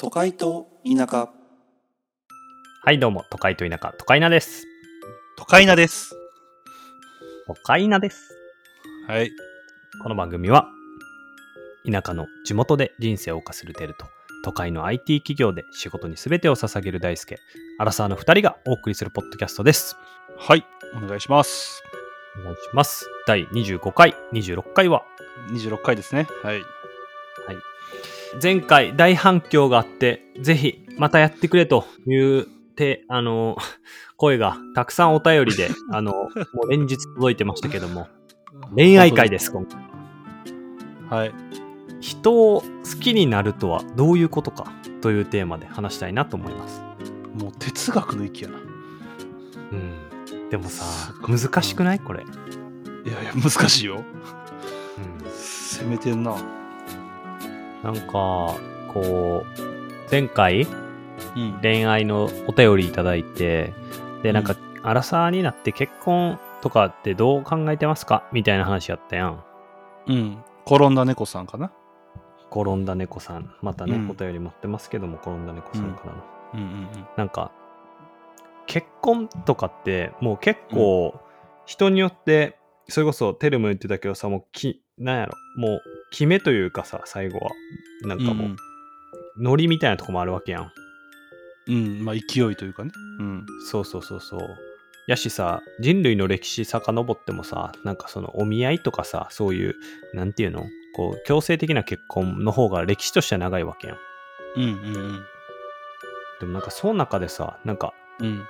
都会と田舎はいどうも、都会と田舎、都会なです。都会なです。都会なです。はい。この番組は、田舎の地元で人生を謳歌するテルと、都会の IT 企業で仕事に全てを捧げる大輔、アラサーの2人がお送りするポッドキャストです。はい。お願いします。お願いします。第25回、26回は、 26回ですね。はい。前回大反響があって、ぜひまたやってくれという、て、あの、声がたくさんお便りで、あの、もう連日届いてましたけども、恋愛会です、今回。はい。人を好きになるとはどういうことかというテーマで話したいなと思います。もう哲学の域やな。うん。でもさす、ごい難しくないこれ。ういやいや、難しいよ。ん。攻めてんな。なんか、こう、前回、うん。恋愛のお便りいただいて、で、うんなんか、アラサーになって結婚とかってどう考えてますかみたいな話やったやん。うん。転んだ猫さんかな。転んだ猫さん。またね、うんお便り待ってますけども、転んだ猫さんからの。うんうんうん。なんか、結婚とかって、もう結構、人によって、それこそテルも言ってたけどさ、もうき、なんやろ、もう、決めというかさ、最後は。なんかもう、ノリみたいなとこもあるわけやん。うん、うん。まあ、勢いというかね。うん。そうそうそうそう。やしさ、人類の歴史遡ってもさ、なんかそのお見合いとかさ、そういう、なんていうのこう、強制的な結婚の方が歴史としては長いわけやん。うんうんうん。でもなんかその中でさ、なんかうん。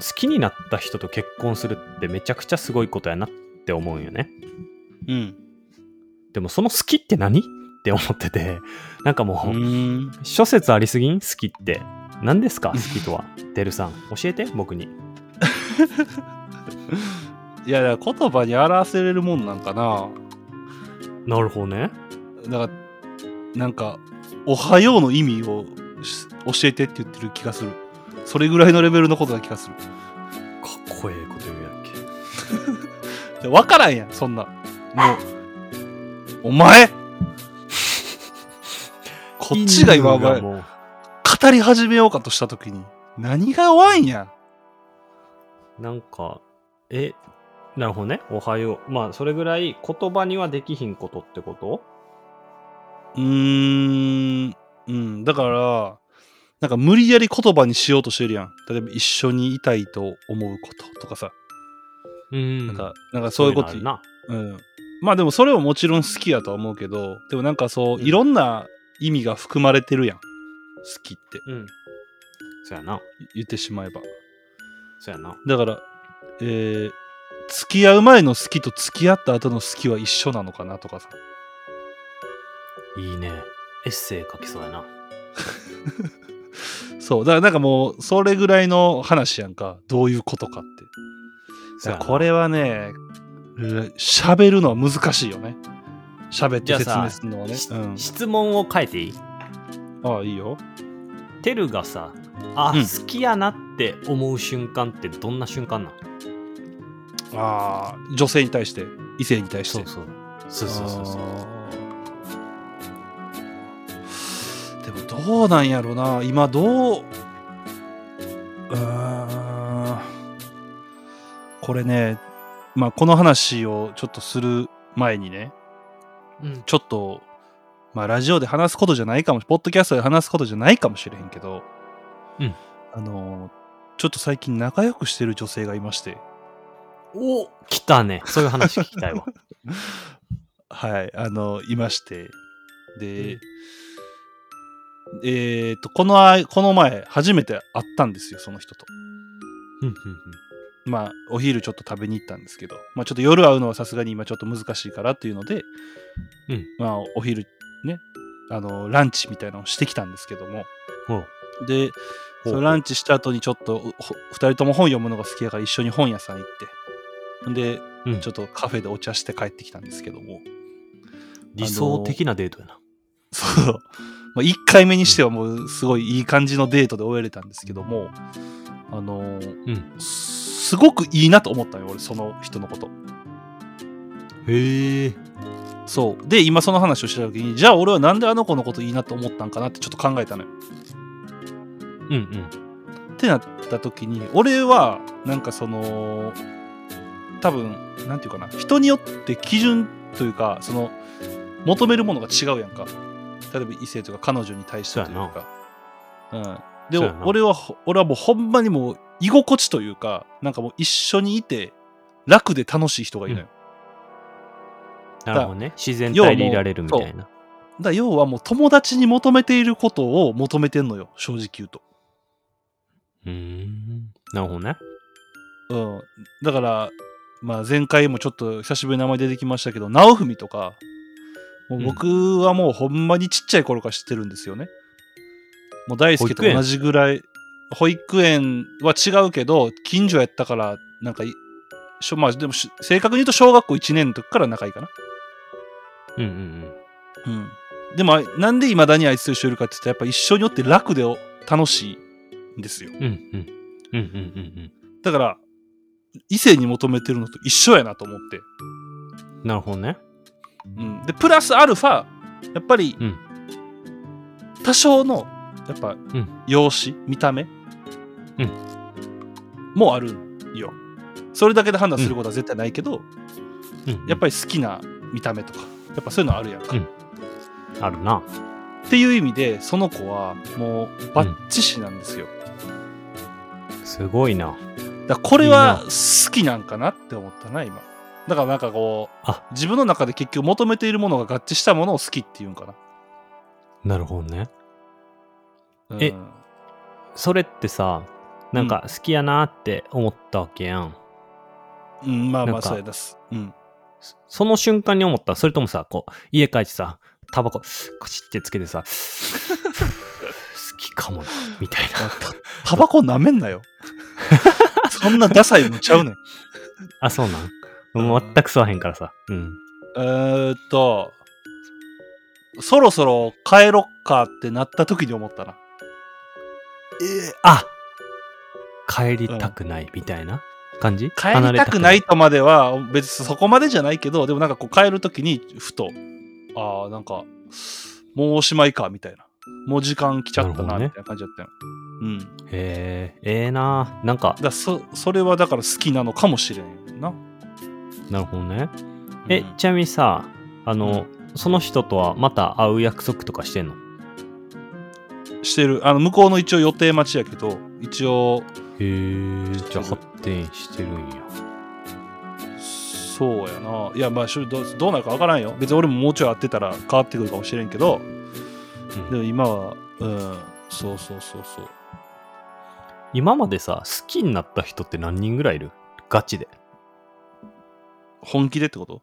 好きになった人と結婚するってめちゃくちゃすごいことやなって思うんよね。うん。でもその好きって何って思ってて、 なんかもう、うん。諸説ありすぎん好きって。何ですか好きとは。てるさん、教えて、僕に。いやいや、言葉に表せれるもんなんかな。なるほどね。だから、なんか、おはようの意味をし教えてって言ってる気がする。それぐらいのレベルのことな気がする。かっこええこと言うやんけ。で分からんやんそんなもうお前 こっちが今お前語もうり始めようかとした時に何がワンやなんか、え、なるほどね。おはよう。まあ、それぐらい言葉にはできひんことってことんうーんうんだからなんか無理やり言葉にしようとしてるやん例えば一緒にいたいと思うこととかさ、うんなんかなんかそういうことのあるな。うん、まあでもそれももちろん好きやとは思うけどでもなんかそう、うんいろんな意味が含まれてるやん好きってうん。そやな。言ってしまえばそやな。だから、えー付き合う前の好きと付き合った後の好きは一緒なのかなとかさ。いいね。エッセイ書きそうやな。そう。だからなんかもう、それぐらいの話やんか。どういうことかって。そやなこれはね、えー喋るのは難しいよね。喋って説明するのはね。しうん。質問を変えていいああ、いいよ。テルがさ、あ、うん好きやなって思う瞬間ってどんな瞬間なのああ、女性に対して、異性に対して。そう。そうそうそうそう。あーでもどうなんやろな今どううーんこれねまあこの話をちょっとする前にねうん。ちょっとまあラジオで話すことじゃないかもポッドキャストで話すことじゃないかもしれへんけど、うんあのちょっと最近仲良くしてる女性がいましてお来たね。そういう話聞き たいわ。はい、あの、いまして。で、うんえっと、このあ、この前、初めて会ったんですよ、その人と。うんうんまあ、お昼ちょっと食べに行ったんですけど、まあ、ちょっと夜会うのはさすがに今ちょっと難しいからっていうので、うんまあ、お昼ね、あの、ランチみたいなのをしてきたんですけども、うん。ほうで、ほうそのランチした後にちょっと、ほ二人とも本読むのが好きやから一緒に本屋さん行って、んで、うんちょっとカフェでお茶して帰ってきたんですけども、理想的なデートやな。そう。まあ、1回目にしてはもうすごいいい感じのデートで終えれたんですけども、あのーうんすごくいいなと思ったよ、俺、その人のこと。へえ。そうで今その話をしてた時にじゃあ俺はなんであの子のこといいなと思ったんかなってちょっと考えたのようんうん。ってなった時に俺はなんかその多分なんていうかな人によって基準というかその求めるものが違うやんか例えば異性とか彼女に対してというかうんでそうやな俺はほ俺はもうほんまにもう居心地というかなんかもう一緒にいて楽で楽しい人がいるのよ、なるほどね。自然体でいられるみたいな。だから要はもう友達に求めていることを求めてんのよ正直言うとうーん。なるほどね。うん、だから、まあ、前回もちょっと久しぶりに名前出てきましたけど直文とかもう僕はもうほんまにちっちゃい頃から知ってるんですよね。もう大輔と保育園同じぐらい保育園は違うけど近所やったからなんかいしょ、まあ、でもし正確に言うと小学校1年の時から仲いいかな。うんうんうん。うん、でもあなんでいまだにあいつと一緒にいるかって言ったらやっぱ一緒によって楽でお楽しいんですよ。うんうん。うんうんうんだから異性に求めてるのと一緒やなと思って。うん。なるほどね。うん、でプラスアルファやっぱり、うん多少のやっぱ、ん容姿見た目、うんもあるんよそれだけで判断することは絶対ないけど、うん。やっぱり好きな見た目とかやっぱそういうのあるやんか、うんあるな。っていう意味でその子はもうバッチシなんですよ、すごいな。だからこれは好きなんかなって思ったな今だからなんかこうあ自分の中で結局求めているものが合致したものを好きっていうんかなるほどね。な、えうんそれってさ、なんか好きやなって思ったわけやん。うん、まあまなんあかそうやです、うん、そその瞬間に思ったそれともさ、こう、家帰ってさ、タバコ、カチってつけてさ、好きかもな、みたい な。タバコ舐めんなよ。 そんなダサいのちゃうねん。あ、そうなんもう全く吸わへんからさ。うん。えーっと、そろそろ帰ろっかってなった時に思ったな。あ帰りたくない、みたいな感じ帰りたくない。とまでは、別にそこまでじゃないけど、でもなんかこう帰る時に、ふと、ああ、なんか、もうおしまいか、みたいな。もう時間来ちゃったな、なみるほどねたいな感じだったよ。うん。だか離れたくないへえ、ええななんか、らそ、それはだから好きなのかもしれんな。なるほどね。え、うんちなみにさ、あの、その人とはまた会う約束とかしてんのしてる。あの、向こうの一応予定待ちやけど、一応、へえ、じゃあしてる発展してるんや。そうやな。いや、まあ、正直どうどうなるかわからんよ。別に俺ももうちょい会ってたら変わってくるかもしれんけど、うんでも今は、うん、そうそうそうそう。今までさ、好きになった人って何人ぐらいいるガチで。本気でってこと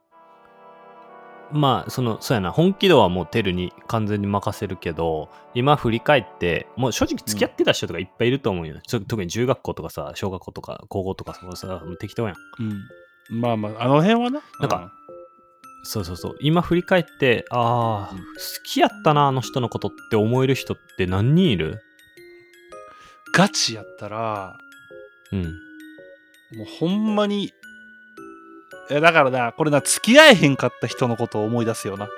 まあ、その、そうやな、本気度はもうテルに完全に任せるけど、今振り返って、もう正直付き合ってた人とかいっぱいいると思うよ。ちょ特に中学校とかさ、小学校とか、高校とかさ、そうさもう適当やん。うん。まあまあ、あの辺はな。なんかそうそうそう。今振り返って、ああ、うん好きやったな、あの人のことって思える人って何人いるうんガチやったら、うん。もうほんまに、え、だからな、これな、付き合えへんかった人のことを思い出すよな。あ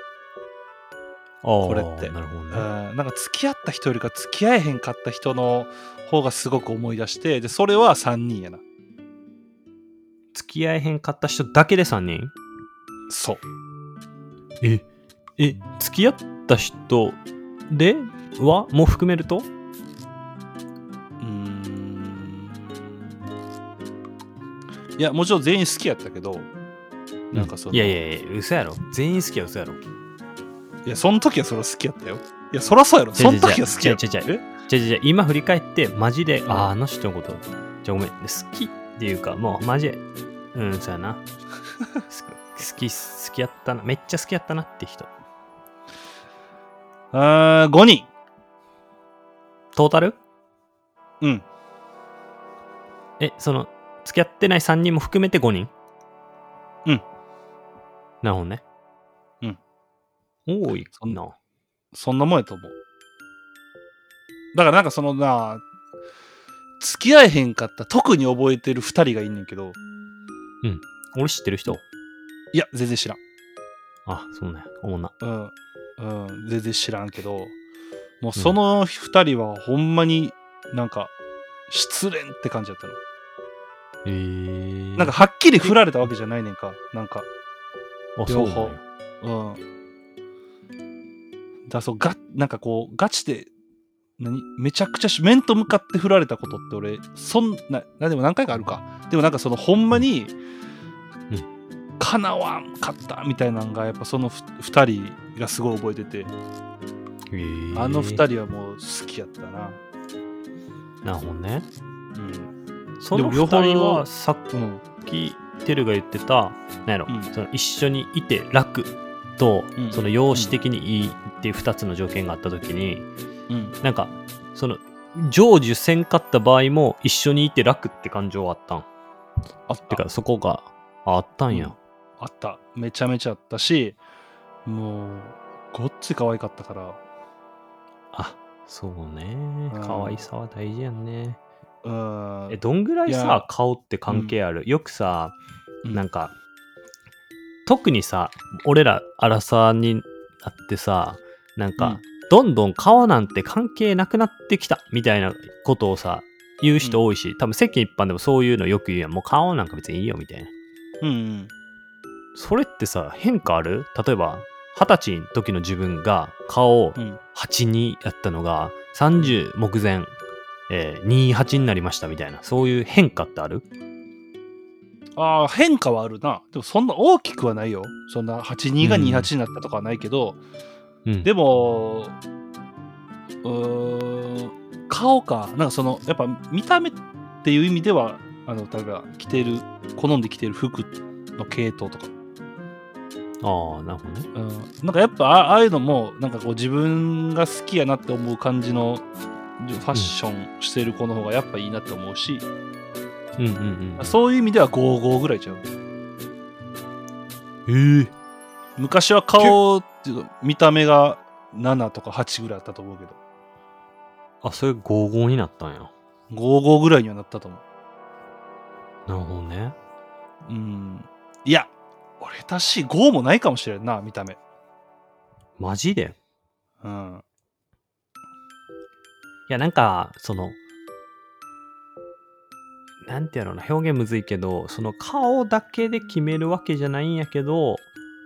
あ、これってなるほどうん、ね。なんか付き合った人よりか付き合えへんかった人の方がすごく思い出して、で、それは3人やな。付き合えへんかった人だけで3人そう。え、え、付き合った人ではもう含めるとうーんいやもちろん全員好きやったけどなんかその、いやいやいや、嘘やろ。全員好きや嘘やろ。いやその時はそれは好きやったよいやそらそうやろその時は好きやった違う違う違うじゃじゃじゃ今振り返って、マジで、あー、あの人のこと、じゃごめん、好きっていうか、もうマジで、うん、そうやな。す好き、好きやったな、めっちゃ好きやったなって人。あー5人トータルうんえ、その、付き合ってない3人も含めて5人うん。なるほどね。うん。多いそんな。そんなもんやと思うだからなんかそのな付き合えへんかった特に覚えてる2人がいんねんけど俺知ってる人いや全然知らんあ、そうね。おもんな。うん、うん、全然知らんけどもうその二人はほんまになんか失恋って感じだったの、えー、なんか、はっきり振られたわけじゃないねんかなんかあ、両そう方なんやうんだそうがなんかこうガチで何めちゃくちゃし面と向かって振られたことって俺そんななでも何回かあるかでもなんかそのほんまに、うかなわんかったみたいなのがやっぱその2人がすごい覚えててえー、あの2。人はもう好きやったな。なるほどね。うん。そのでも両2方人はさっうん。きテルが言ってたなんやろ、うんその一緒にいて楽と、うんその容姿的にいいっていう2つの条件があった時に、うん。なんかその成就せんかった場合も一緒にいて楽って感情はあったんあってた。かそこがああったんや、あった。めちゃめちゃあったし、もう、ごっつい可愛かったから、あそうね可愛さは大事やんねうん。えどんぐらいいやさ顔って関係ある、よくさうんなんか、特にさ俺ら荒さになってさなんか、うんどんどん顔なんて関係なくなってきたみたいなことをさ言う人多いし、多分世間一般でもそういうのよく言うやんもう顔なんか別にいいよみたいなうんうん。それってさ変化ある例えば二十歳の時の自分が顔をうん。 82やったのが30目前、えー、28になりましたみたいなそういう変化ってあるああ、変化はあるな。でもそんな大きくはないよ。そんな82がうん28になったとかはないけど、うんでも、うーん、顔か。なんかその、やっぱ見た目っていう意味では、あの、例えば着てる、好んで着てる服の系統とか、ああなるほどねうん、なんかやっぱあああいうのもなんかこう自分が好きやなって思う感じのファッションしてる子の方がやっぱいいなって思うし、うんうんうんそういう意味では55ぐらいちゃうえー、昔は顔っていうか見た目が7とか8ぐらいあったと思うけどあそれ55になったんや55ぐらいにはなったと思うなるほどねうんいや俺たし5もないかもしれんな見た目マジでうんいやなんかそのなんてやろうな表現むずいけどその顔だけで決めるわけじゃないんやけど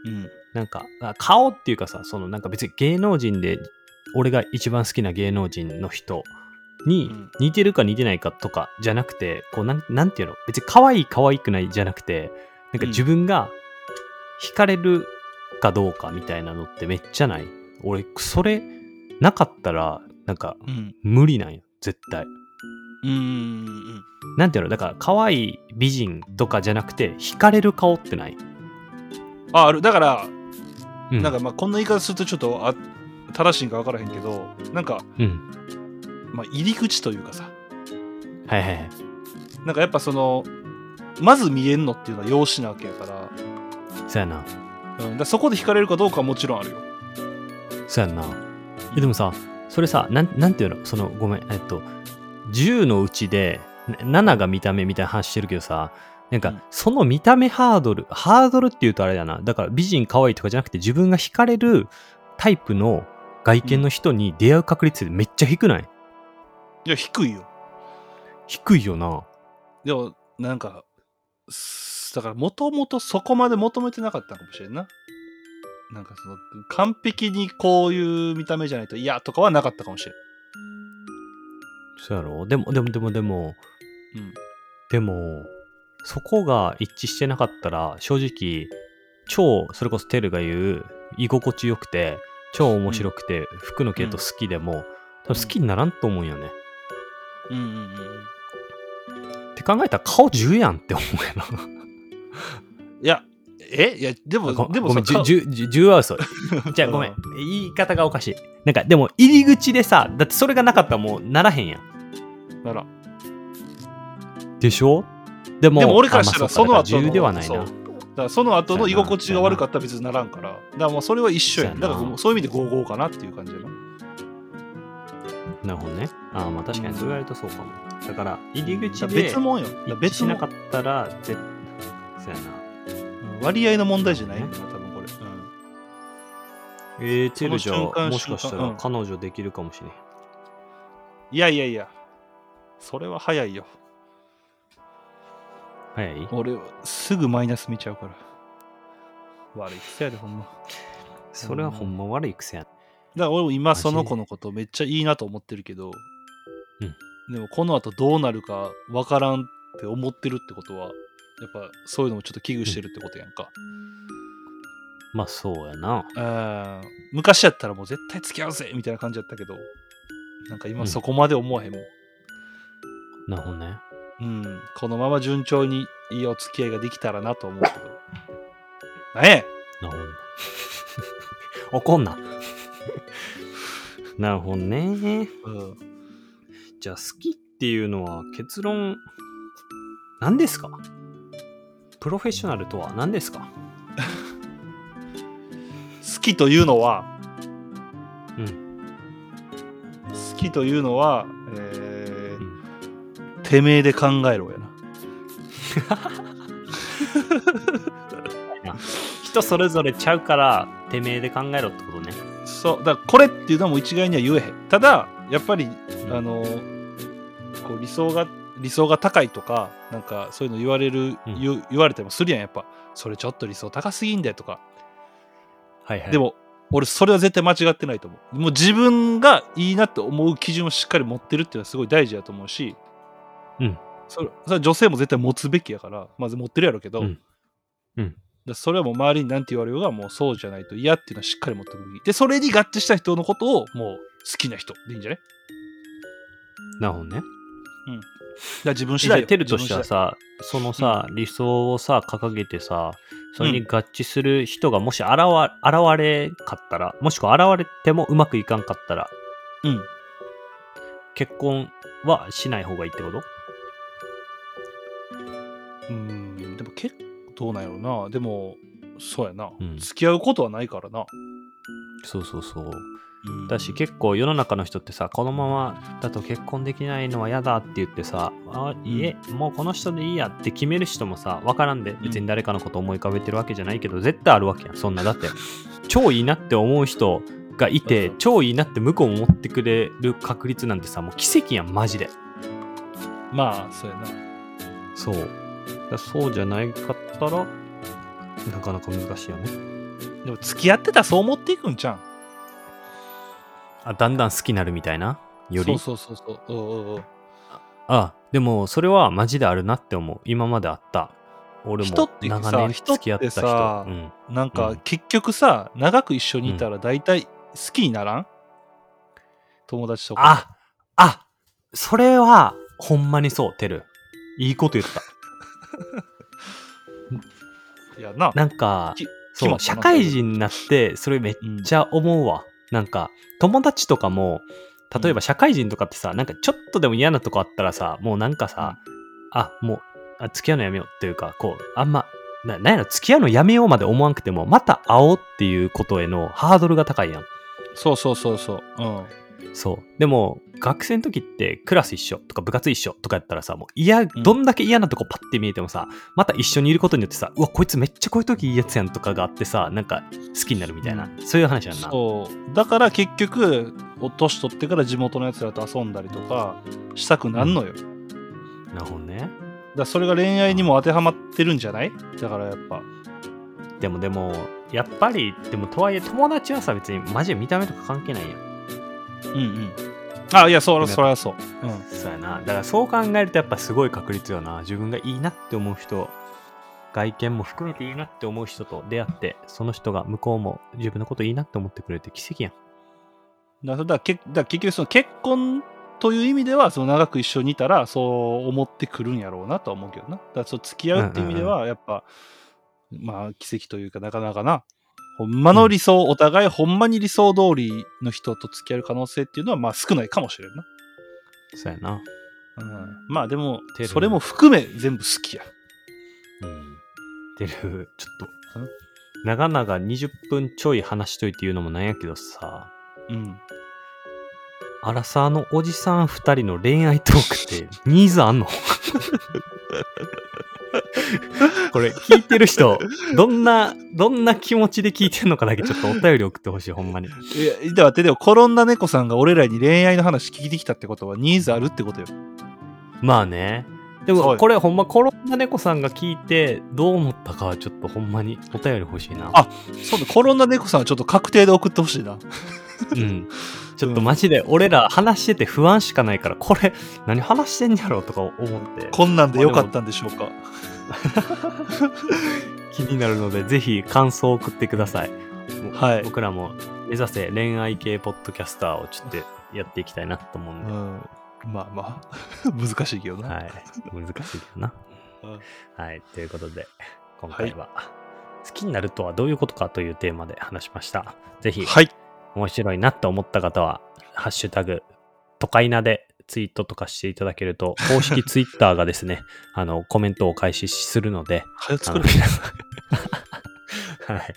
うんなんか、あ顔っていうかさ、そのなんか別に芸能人で、俺が一番好きな芸能人の人にうん似てるか似てないかとかじゃなくて、こうなん、なんていうの別に可愛い可愛くないじゃなくて、なんかうん自分が惹かれるかどうかみたいなのってめっちゃない。俺、それなかったら、なんかうん無理なんよ、絶対。うんうんうんなんていうのだから可愛い美人とかじゃなくて、惹かれる顔ってない。ああるだからうん。なんかまあこんな言い方するとちょっとあ正しいんか分からへんけどなんかうん。まあ、入り口というかさはいはいはい。なんかやっぱそのまず見えんのっていうのは容姿なわけやから,、そうやな。うん、だからそこで惹かれるかどうかはもちろんあるよそうやんな。えでもさ、それさ、なんなんていうのその、ごめん、えっと、10のうちで、な7が見た目みたいな話してるけどさ、なんうんか、その見た目ハードル、ハードルっていうとあれだな。だから、美人可愛いとかじゃなくて、自分が惹かれるタイプの外見の人に出会う確率ってめっちゃ低ないいや低いよ低いよな。でもなんかすだからもともとそこまで求めてなかったかもしれんななんかその完璧にこういう見た目じゃないと嫌とかはなかったかもしれんそうやろでも、でも、でも、でも、うんでも、そこが一致してなかったら、正直、超、それこそテルが言う、居心地よくて、超面白くて、服の系統好きでも、多分好きにならんと思うんよね。うんうんうんって考えたら、顔10やんって思うやな。いやえいやでもごでもごめん、さか10、10 10は 嘘。じゃあごめん、言い方がおかしい。なんか、でも、入り口でさ、だってそれがなかったらもうならへんやん。ならでしょでも、でも俺からしたらあそのまあ後うかだからの10ではないそうなだ。からその後の居心地が悪かったら別にならんからだからもうそれは一緒やそんうやなだからもうそういう意味で55かなっていう感じやななるほどね。ああ、まあ確かにそう言われるとそうかも。だから、入り口だからで別もんよ一致別しもなんかったら、絶そうやな。うん割合の問題じゃないよな多分これ、うんえー、チェルじゃその瞬間もしかした瞬間らうん彼女できるかもしれん。いやいやいや、それは早いよ。早い俺はすぐマイナス見ちゃうから。悪い癖やで、ほんま。だかそれはほんま悪い癖や。ら俺も今その子のことめっちゃいいなと思ってるけど、でもこの後どうなるかわからんって思ってるってことは、やっぱそういうのもちょっと危惧してるってことやんか。まあそうやな。あー昔やったらもう絶対付き合うぜみたいな感じやったけど、なんか今そこまで思わへんもん。なるほどね。うん、このまま順調にいいお付き合いができたらなと思うけど。なんやなる ほどね。怒んな。 なるほどね。うん、じゃあ好きっていうのは結論何ですかプロフェッショナルとは何ですか好きというのは、うん好きというのは、えーうんてめえで考えろやな。人それぞれちゃうからてめえで考えろってことね。そう、だからこれっていうのはもう一概には言えへん。ただ、やっぱり、あの、こう理想が、理想が高いとか、なんかそういうの言われる、うん言言われてもするやん、やっぱ。それちょっと理想高すぎんだよとか。はいはい。でも、俺、それは絶対間違ってないと思う。もう自分がいいなって思う基準をしっかり持ってるっていうのはすごい大事だと思うし、うんそれそれは女性も絶対持つべきやから、まず持ってるやろうけど、うんうんだからそれはもう周りに何て言われようが、もうそうじゃないと嫌っていうのはしっかり持っておくべき。で、それに合致した人のことを、もう好きな人でいいんじゃないなるほどね。だから自分次じゃ第あよ。テルとしては自分次さそのさ、理想をさ掲げてさそれに合致する人がもし現現れかったらもしくは現れてもうまくいかんかったら第、うん。結婚はしない方がいいってことうーんでも結構どうなんやろなでもそうやな、うん付き合うことはないからな、そうそうそううんだし結構世の中の人ってさこのままだと結婚できないのは嫌だって言ってさあいえもうこの人でいいやって決める人もさ分からんで別に誰かのこと思い浮かべてるわけじゃないけど絶対あるわけやんそんなだって超いいなって思う人がいてうん超いいなって向こうも思ってくれる確率なんてさもう奇跡やんマジでまあそうやなそうだそうじゃないかったらなかなか難しいよねでも付き合ってたらそう思っていくんじゃんあだんだん好きになるみたいなよりそうそうそうそうおうおうおうあでもそれはマジであるなって思う今まであった俺人もってさ長年付人ってき合った人さうん、なんうかん結局さ長く一緒にいたら大体好きにならん、友達とかああそれはほんまにそうてるいいこと言ったいやななんかき決そまうったな社会人になってそれめっちゃ思うわ、なんか友達とかも例えば社会人とかってさなんかちょっとでも嫌なとこあったらさもうなんかさ、あもうあ付き合うのやめようっていうかこうあんまななんやろ付き合うのやめようまで思わんくてもまた会おうっていうことへのハードルが高いやんそうそうそうそううんそう。でも、学生の時ってクラス一緒とか部活一緒とかやったらさ、もう嫌、どんだけ嫌なとこパッて見えてもさ、また一緒にいることによってさ、うわ、こいつめっちゃこういう時いいやつやんとかがあってさ、なんか好きになるみたいな、そういう話やんな。そうだから結局お年取ってから地元のやつらと遊んだりとかしたくなんのよ、だかなるほどね。らそれが恋愛にも当てはまってるんじゃないだからやっぱでもでも、やっぱり、でもとはいえ友達はさ、別にマジで見た目とか関係ないやん。うんうん。あ、いや、そでもやらっぱそらそう。そうやな。だからそう考えるとやっぱすごい確率よな。自分がいいなって思う人、外見も含めていいなって思う人と出会って、その人が向こうも自分のこといいなって思ってくれるって奇跡やん。うん。だからだからけだから結局、その結婚という意味では、その長く一緒にいたら、そう思ってくるんやろうなとは思うけどな。だから、そう付き合うっていう意味では、やっぱ、まあ、奇跡というかなかなかな。ほんまの理想、お互いほんまに理想通りの人と付き合える可能性っていうのは、まあ少ないかもしれんな。そうやな。うん、まあでもて、るそれも含め全部好きや。うん。てる、ちょっとん、長々20分ちょい話しといて言うのもなんやけどさ、うん。アラサーのおじさん2人の恋愛トークってニーズあんの これ聞いてる人、どんな、どんな気持ちで聞いてんのかだけちょっとお便り送ってほしい、ほんまに。いや、だってでも、転んだ猫さんが俺らに恋愛の話聞いてきたってことは、ニーズあるってことよ。まあね。でそうもよこれほんま、コロナ猫さんが聞いてどう思ったかはちょっとほんまにお便り欲しいな。あそうだ、転んだ猫さんはちょっと確定で送ってほしいな。うん。ちょっとマジで俺ら話してて不安しかないから、これ何話してんやろうとか思ってこんなんでよかったんでしょうか。気になるので、ぜひ感想を送ってください。はい。僕らも目指せ恋愛系ポッドキャスターをちょっとやっていきたいなと思ううんで。ん。まあまあ、 難しいけどな。はい。難しいけどなうん。はい。ということで、今回は、好きになるとはどういうことかというテーマで話しました。ぜひ、はい。面白いなと思った方は、ハッシュタグ、都会なでツイートとかしていただけると、公式ツイッターがですね、 あの、コメントを開始するので、早くあ作のる。皆さん はい。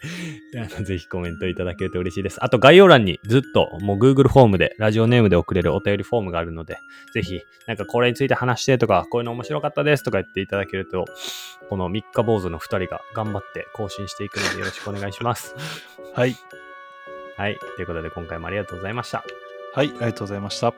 あのぜひコメントいただけると嬉しいです。あと概要欄にずっともう Google フォームでラジオネームで送れるお便りフォームがあるので、ぜひなんかこれについて話してとか、こういうの面白かったですとか言っていただけると、この三日坊主の二人が頑張って更新していくのでよろしくお願いします。はい。はい。ということで今回もありがとうございました。はい。ありがとうございました。